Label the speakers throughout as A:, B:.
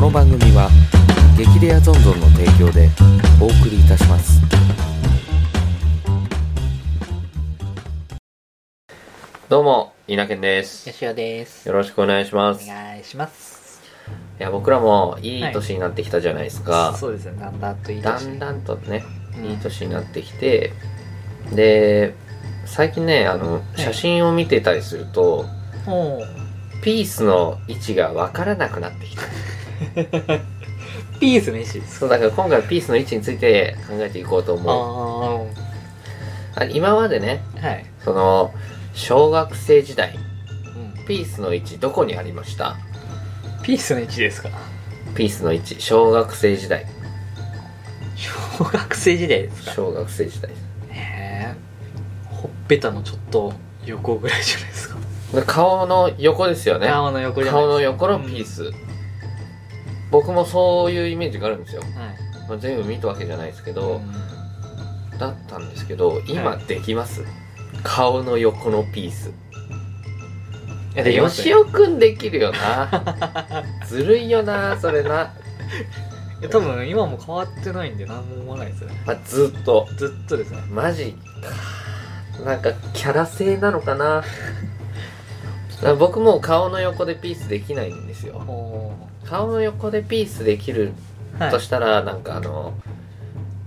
A: の番組は激レアゾンゾンの提供でお送りいたしますどうも稲健です
B: よしおです。
A: よろしくお願いしま
B: お
A: すい
B: 願いします。
A: や僕らもいい年になってきたじゃないですか、
B: そうですよ。だんだんといい
A: だんだんとね
B: うん
A: いい年になってきてで最近ねあの
B: い
A: 写真を見てたりすると、
B: おう
A: ピースの位置が分からなくなってきた
B: ピース飯です。
A: そうだから今回はピースの位置について考えていこうと
B: あ
A: 思う
B: あ。は
A: あ今までね
B: い。
A: その小学生時代
B: うん、
A: ピースの位置どこにありました
B: ピースの位置ですか
A: ピースの位置小学生時代
B: 小学生時代ですか
A: 小学生時代
B: へえ。ほっぺたのちょっと横ぐらいじゃないですか。
A: 顔の横ですよね
B: 顔の横じゃない
A: 顔の
B: です
A: 横のピース、僕もそういうイメージがあるんですよ、
B: か。はい。
A: まあ、全部見たわけじゃないですけど、
B: ん
A: だったんですけど今
B: は
A: できます、顔の横のピース
B: いや
A: で
B: でき
A: よ
B: ます
A: しおくんできるよなずるいよなそれな、
B: いや多分今も変わってないんで何も思わないですよね。
A: まあ、ずっと
B: ずっとですね。
A: マジかなんかキャラ性なのかなあ僕もう顔の横でピースできないんですよ
B: おー
A: 顔の横でピースできる
B: はい
A: としたら、なんかあの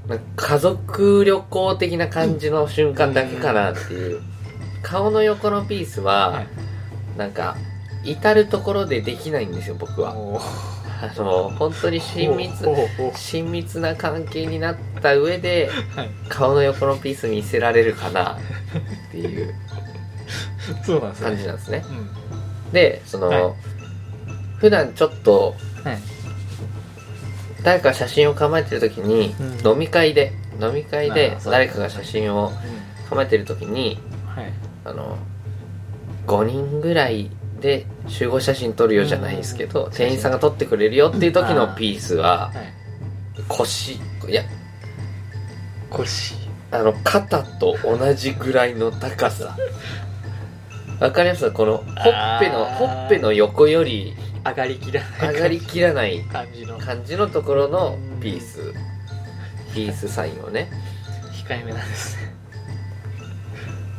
A: なんか家族旅行的な感じの瞬間だけかなっていう、顔の横のピースは、
B: はい
A: なんか至る所でできないんですよ僕は
B: おー
A: あの本当に親密
B: おーおーおー
A: 親密な関係になった上で
B: はい。
A: 顔の横のピース見せられるかなっていう
B: そうなんです
A: 感
B: ね。
A: じなんですね
B: うん。
A: でその、
B: はい
A: 普段ちょっと
B: はい。
A: 誰か写真を構えてる時に、
B: うん
A: 飲み会で飲み会で
B: あーそう
A: 誰かが写真を構えてる時に
B: はい。
A: あの5人ぐらいで集合写真撮るよじゃないですけど、
B: うん
A: 店員さんが撮ってくれるよっていう時
B: あ
A: の
B: ー
A: ピースは
B: はい。
A: 腰いや
B: 腰。
A: あの肩と同じぐらいの高さわかりますこのほっぺの
B: あー
A: ほっぺの横より
B: 上がりきらない
A: 上がりきらない
B: 感じの控
A: 感じのところのピースピースサインをね
B: えめなんですね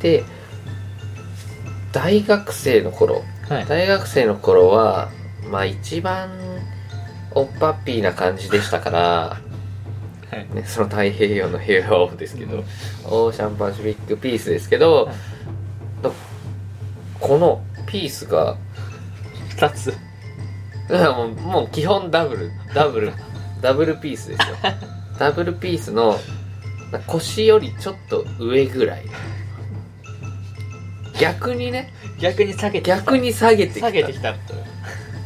A: で大学生の頃
B: はい
A: 大学生の頃はまあ一番おっぱっぴーな感じでしたから、
B: はい
A: ね、その太平洋の平和をですけど、
B: うん
A: オーシャンパシフィックピースですけど、
B: はい
A: のこのピースが
B: 2つ
A: だからもうもう基本ダブルダ ブルダブルピースですよダブルピースの腰よりちょっと上ぐらい逆にね
B: 逆に下げてきた
A: 逆に下げてきた
B: 下げてきたと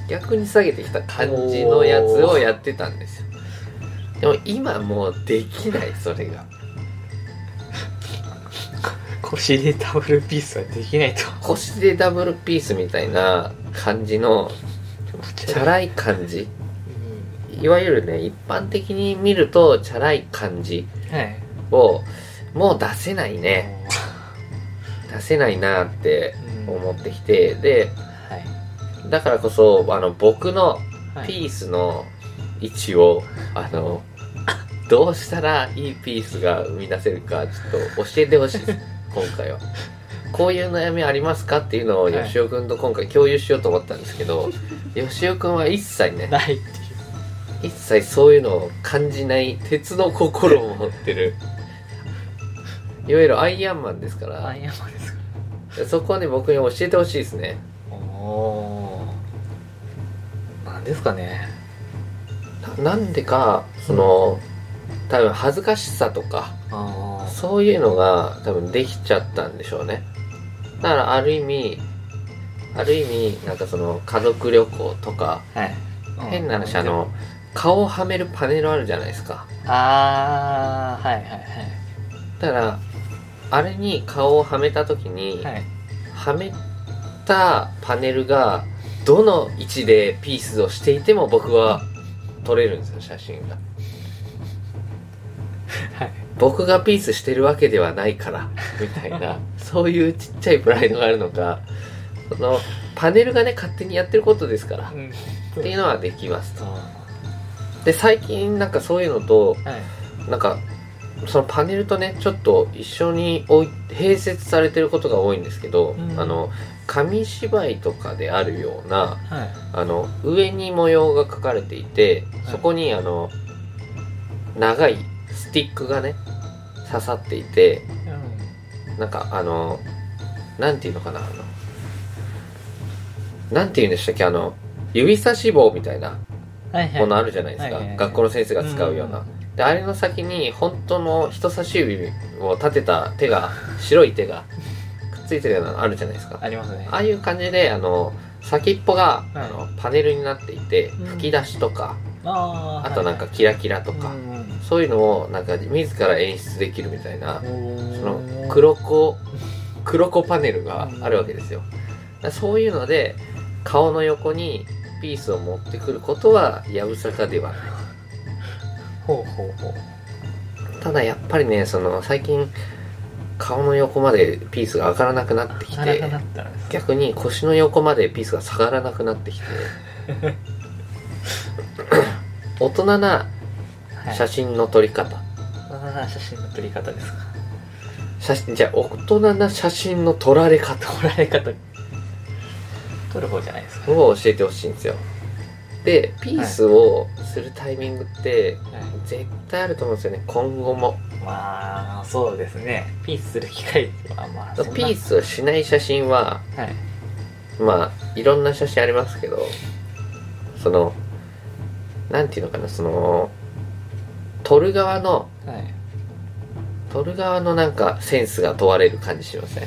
A: 逆に下げてきた感じのやつをやってたんですよでも今もうできないそれが
B: 腰でダブルピースはできないと
A: 腰でダブルピースみたいな感じのチャラい感じ
B: うん
A: いわゆるね一般的に見るとチャラい感じ
B: はい
A: をもう出せないね出せないなって
B: うん
A: 思ってきてで
B: はい
A: だからこそあの僕の
B: はい
A: ピースの位置をあの どうしたらいいピースが生み出せるかちょっと教えてほしい です今回はこういう悩みありますかっていうのを
B: はい
A: よしおくんと今回共有しようと思ったんですけど、よしおくんは一切ね
B: ないっていう
A: 一切そういうのを感じない鉄の心を持ってるいわゆるアイアンマンですから、
B: アイアンマンですか
A: そこはね僕に教えてほしいですね
B: おおーなんですかね
A: ななんでかその多分恥ずかしさとか
B: ああ
A: そういうのが多分できちゃったんでしょうね。だからある意味、ある意味、なんかその家族旅行とか、
B: はい
A: 変な話、あの、顔をはめるパネルあるじゃないですか。
B: ああはいはい
A: だから、あれに顔をはめた時に、
B: はいはい
A: はめたパネルが、どの位置でピースをしていても僕は撮れるんですよ、写真が。
B: はい
A: 僕がピースしてるわけではないからみたいなそういうちっちゃいプライドがあるのかそのパネルがね勝手にやってることですから
B: うん
A: っていうのはできますと
B: あ
A: で最近なんかそういうのと
B: はい
A: なんかそのパネルとねちょっと一緒に置い併設されてることが多いんですけど、
B: うん
A: あの紙芝居とかであるような
B: はい
A: あの上に模様が描かれていて
B: はい
A: そこにあの長いスティックがね刺さっていてなんかあのなんていうのかなあのなんていうんでしたっけあの指差し棒みたいな
B: はいはい
A: ものあるじゃないですか、
B: はいはいはい
A: 学校の先生が使うような、であれの先に本当の人差し指を立てた手が白い手がくっついてるようなのあるじゃないですか
B: ありますね
A: ああいう感じであの先っぽが、
B: はい
A: あのパネルになっていて
B: うん
A: 吹き出しとか、
B: あ
A: あとなんかキラキラとか、そういうのをなんか自ら演出できるみたいな、その黒子黒子パネルがあるわけですよ、だからそういうので顔の横にピースを持ってくることはやぶさかではない
B: ほうほうほう
A: ただやっぱりねその最近顔の横までピースが上がらなくなってき
B: なかなか
A: て
B: なったらですね
A: 逆に腰の横までピースが下がらなくな ってきて大人な
B: はい
A: 写真の撮り方、
B: あー写真の撮り方ですか
A: 写真じゃあ大人な写真の撮られ方
B: 撮られ方撮る方じゃないですか、
A: を教えてほしいんですよでピースをするタイミングって
B: はい
A: 絶対あると思うんですよね今後も
B: まあそうですねピースする機会はまあそんな
A: ピースをしない写真は
B: はい
A: まあいろんな写真ありますけどそのなんていうのかなその撮る側の
B: はい
A: 撮る側のなんかセンスが問われる感じしません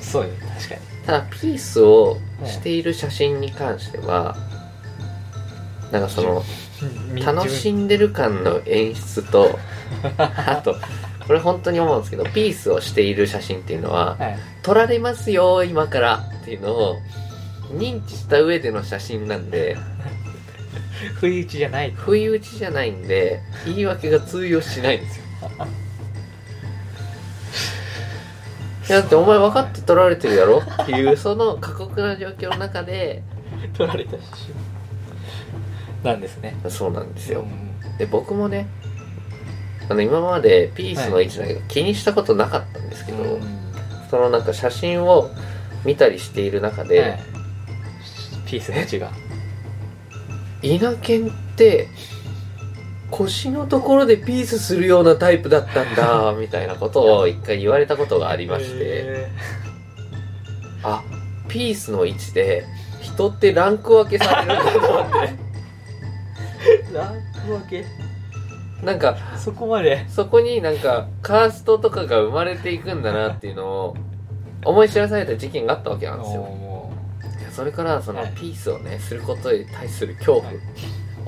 B: そうです確かに
A: ただピースをしている写真に関してはなんかその
B: み
A: 楽しんでる感の演出とあとこれ本当に思うんですけどピースをしている写真っていうのは
B: はい
A: 撮られますよ今からっていうのを認知した上での写真なんで
B: 不意打ちじゃない
A: 不意打ちじゃないんで言い訳が通用しないんですよいやだってお前分かって撮られてるやろっていうその過酷な状況の中で
B: 撮られた写真なんですね
A: そうなんですよ
B: うん
A: で僕もねあの今までピースの位置なんか気にしたことなかったんですけど、
B: うん
A: そのなんか写真を見たりしている中で、
B: はいピースの位置が
A: 稲犬って腰のところでピースするようなタイプだったん だみたいなことを一回言われたことがありまして
B: へ
A: あピースの位置で人ってランク分けされるんだと思って
B: ーランク分け
A: なんか
B: そこまで
A: そこになんかカーストとかが生まれていくんだなっていうのを思い知らされた事件があったわけなんですよ。
B: も
A: いやそれからその
B: はい
A: ピースをね、することに対する恐怖、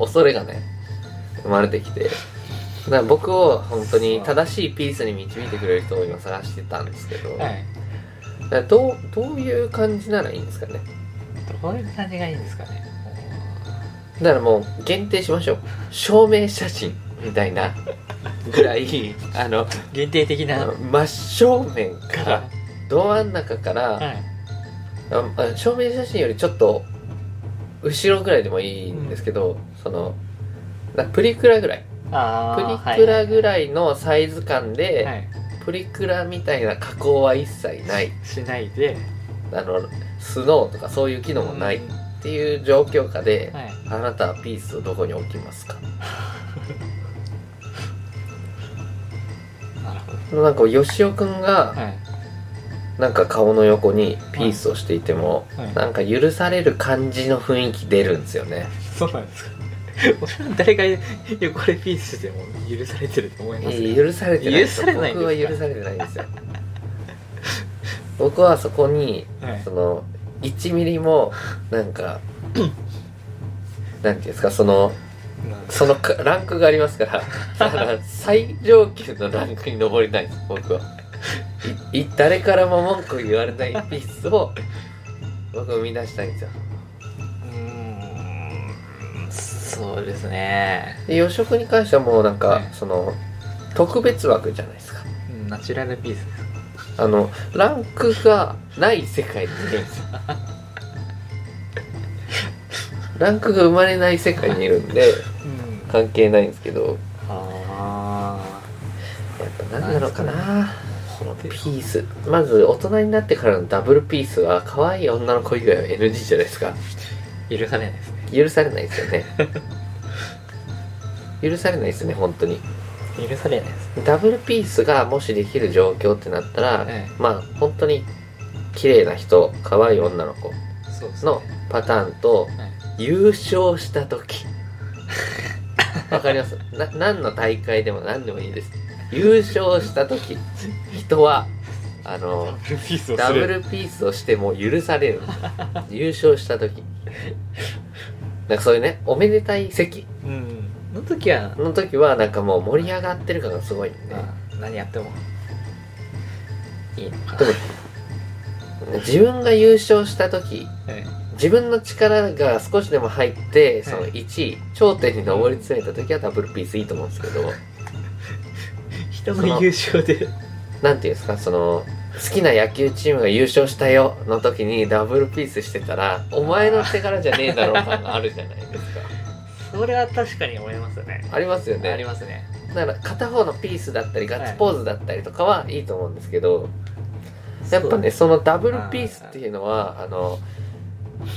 A: 恐れがね生まれてきてだから僕を本当に正しいピースに導いてくれる人を今探してたんですけど、
B: うはい
A: だからどうどういう感じならいいんですかね
B: どういう感じがいいんですかね
A: だからもう限定しましょう証明写真みたいなぐら いあの
B: 限定的な、
A: 真正面からど真ん中から、
B: はい
A: ああ照明写真よりちょっと後ろぐらいでもいいんですけど、そのなプリクラぐらいプ
B: あ
A: リクラぐ
B: い
A: らいのサイズ感で、
B: はい
A: プリクラみたいな加工は一切ない
B: しないで
A: あのスノーとかそういう機能もないっ
B: うんは
A: ていう状況下で、
B: い
A: あなたはピースをどこに置きますか
B: なるほど
A: なんか吉尾くんが
B: はい
A: なんか顔の横にピースをしていても、
B: はい
A: なんか許される感じの雰囲気出るんですよね
B: そうなんですか 誰が横でピースしても許されてると思います
A: いや許されてないです
B: 許されないん
A: 僕
B: ですか
A: は許されてないんですよ僕はそこに
B: はい
A: その1ミリもなん かなんていうんですかその
B: なんか
A: そのかランクがありますからだから最上級のランクに上りたいんです僕はいい誰からも文句言われないピースを僕は生み出したいんですよ
B: うーんそうですね
A: で養殖に関してはもうなんか、
B: はい
A: その特別枠じゃないですか
B: うんナチュラルピースです
A: あのランクがない世界にいるん ですよランクが生まれない世界にいるんで
B: うん
A: 関係ないんですけど
B: あ
A: やっぱ何なのかな
B: あ
A: ピースまず大人になってからのダブルピースは可愛い女の子以外は NG じゃないですか
B: 許されないですね
A: 許されないですよね 許されないですね本当に
B: 許されないです
A: ダブルピースがもしできる状況ってなったら、
B: え
A: まあ本当に綺麗な人可愛い女の子
B: そうですね
A: のパターンと
B: はい
A: 優勝した時わかりますな何の大会でも何でもいいです優勝した時人はあの
B: ダブルピースを
A: ダ
B: す
A: ブ
B: る
A: ルピースをしても許される優勝した時なんかそういうねおめでたい席
B: うんの時は、
A: の時はなんかもう盛り上がってる感がすごいんで、
B: まあ、何やってもいいのか
A: でも自分が優勝した時
B: な、はい
A: 自分の力が少しでも入ってその
B: はい
A: 1位頂点に上り詰めた時はダブルピースいいと思うんですけど
B: 人
A: そ
B: の
A: の
B: 優勝で
A: なんていうんですかその好きな野球チームが優勝したよの時にダブルピースしてたらお前の力じゃねえだろう感があるじゃないですか
B: それは確かに思いますね
A: ありますよね
B: ありますね
A: だから片方のピースだったりガッツポーズだったりとかはいいと思うんですけど、やっぱねそのダブルピースっていうのはあの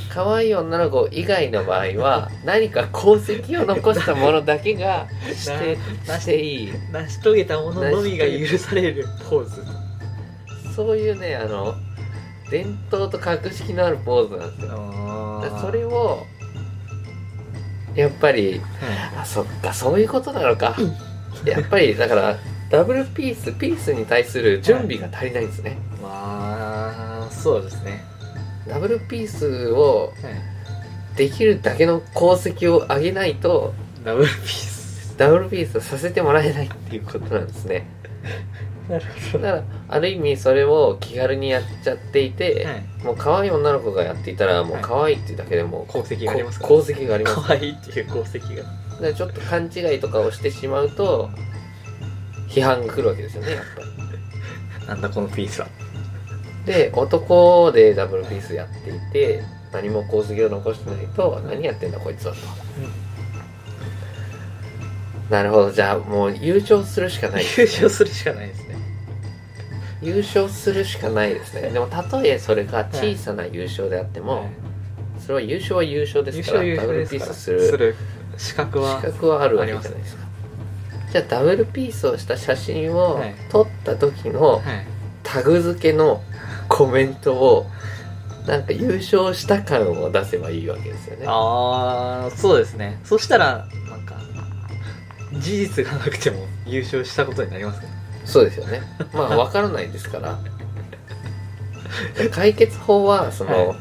A: 可愛い女の子以外の場合 は何か功績を残したものだけがして
B: な
A: していい
B: 成し遂げたもののみが許されるポーズ
A: そういうねあの伝統と格式のあるポーズなんですよだから
B: そ
A: そ
B: れ
A: れをやっぱりあそっかそういうことなのかやっぱりだからダブルピースピースに対する準備が足りないんですね、
B: まあそうですね
A: ダブルピースを
B: はい
A: できるだけの功績を上げないと
B: ダブルピース
A: ダブルピースをさせてもらえないっていうことなんですね
B: なる
A: だからある意味それを気軽にやっちゃっていて、
B: はい
A: もう可愛い女の子がやっていたらもう
B: はい
A: 可愛いっていうだけでも
B: 功績がありますか
A: 功績があります
B: 可愛いっていう功績
A: だ
B: が
A: からちょっと勘違いとかをしてしまうと批判が来るわけですよねやっぱり
B: なんだこのピースは
A: で男でダブルピースやっていて何も功績を残してないと何やってんだこいつはと、なるほどじゃあもう優勝するしかない
B: 優勝するしかないですね
A: 優勝するしかないですねでもたとえそれが小さな優勝であっても、
B: はい
A: それは優勝は優勝ですから
B: 優
A: ダブ
B: 勝
A: ル
B: 優勝
A: ピ
B: で
A: ー
B: すから
A: スする
B: 資格は
A: 資格はあるわけじゃないですかじゃあダブルピースをした写真を
B: はい
A: 撮った時の、
B: はい
A: タグ付けのコメントをなんか優勝した感を出せばいいわけですよね
B: ああそうですねそしたらなんか事実がなくても優勝したことになりますね
A: そうですよねま あわからないですから解決法はその、、
B: は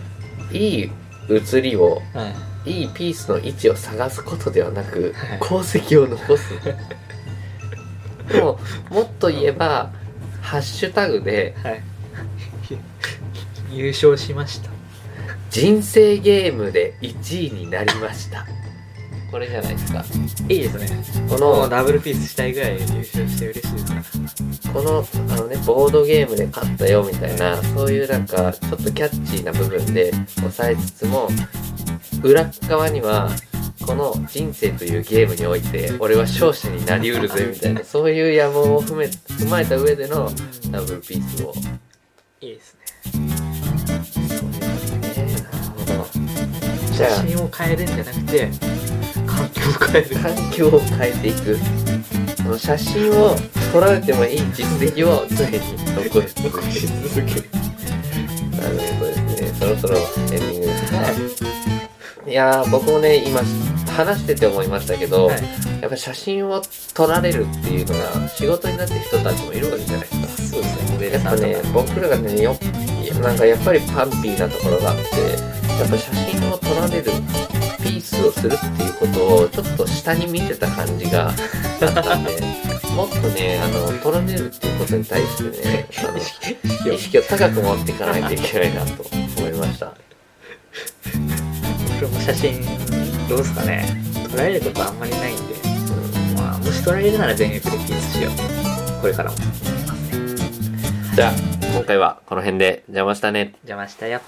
B: い
A: い写りを
B: はい
A: いいピースの位置を探すことではなく
B: はい
A: 功績を残 すでももっと言えばハッシュタグで
B: はい 優勝しました
A: 「人生ゲームで1位になりました」これじゃないですか
B: いいですね
A: こ
B: もう
A: の
B: ダブルピースしたいぐらい優勝して嬉しいですね
A: このあの、ね、ボードゲームで勝ったよみたいなそういうなんかちょっとキャッチーな部分で抑えつつも裏側にはこの人生というゲームにおいて俺は勝者になりうるぜみたいなそういう野望を踏め踏まえた上でのダブルピースを。
B: いいですね
A: じゃ
B: 写真を変えるんじゃなくて環境を変える
A: あ環境を変えていくその写真を撮られてもいい実績を常に残し続ける。
B: 続ける
A: なるほどですね。そろそろエンディングですね。いやー、僕もね、今、話してて思いましたけど、
B: はい
A: やっぱ写真を撮られるっていうのが、仕事になってる人たちもいるわけじゃないですか。
B: そうですね
A: やっぱね、僕らがね、よいやなんかやっぱりパンピーなところがあって、やっぱ写真を撮られる、ピースをするっていうことを、ちょっと下に見てた感じがあった んで、もっとね、あの、撮られるっていうことに対してね、あの
B: 意、識
A: 意識を高く持っていかないといけないなと思いました
B: これも写真どうですかね撮られることあんまりないんでまあもし撮られるなら全力でピースしようこれからも
A: じゃあ今回はこの辺で邪魔したね
B: 邪魔したよ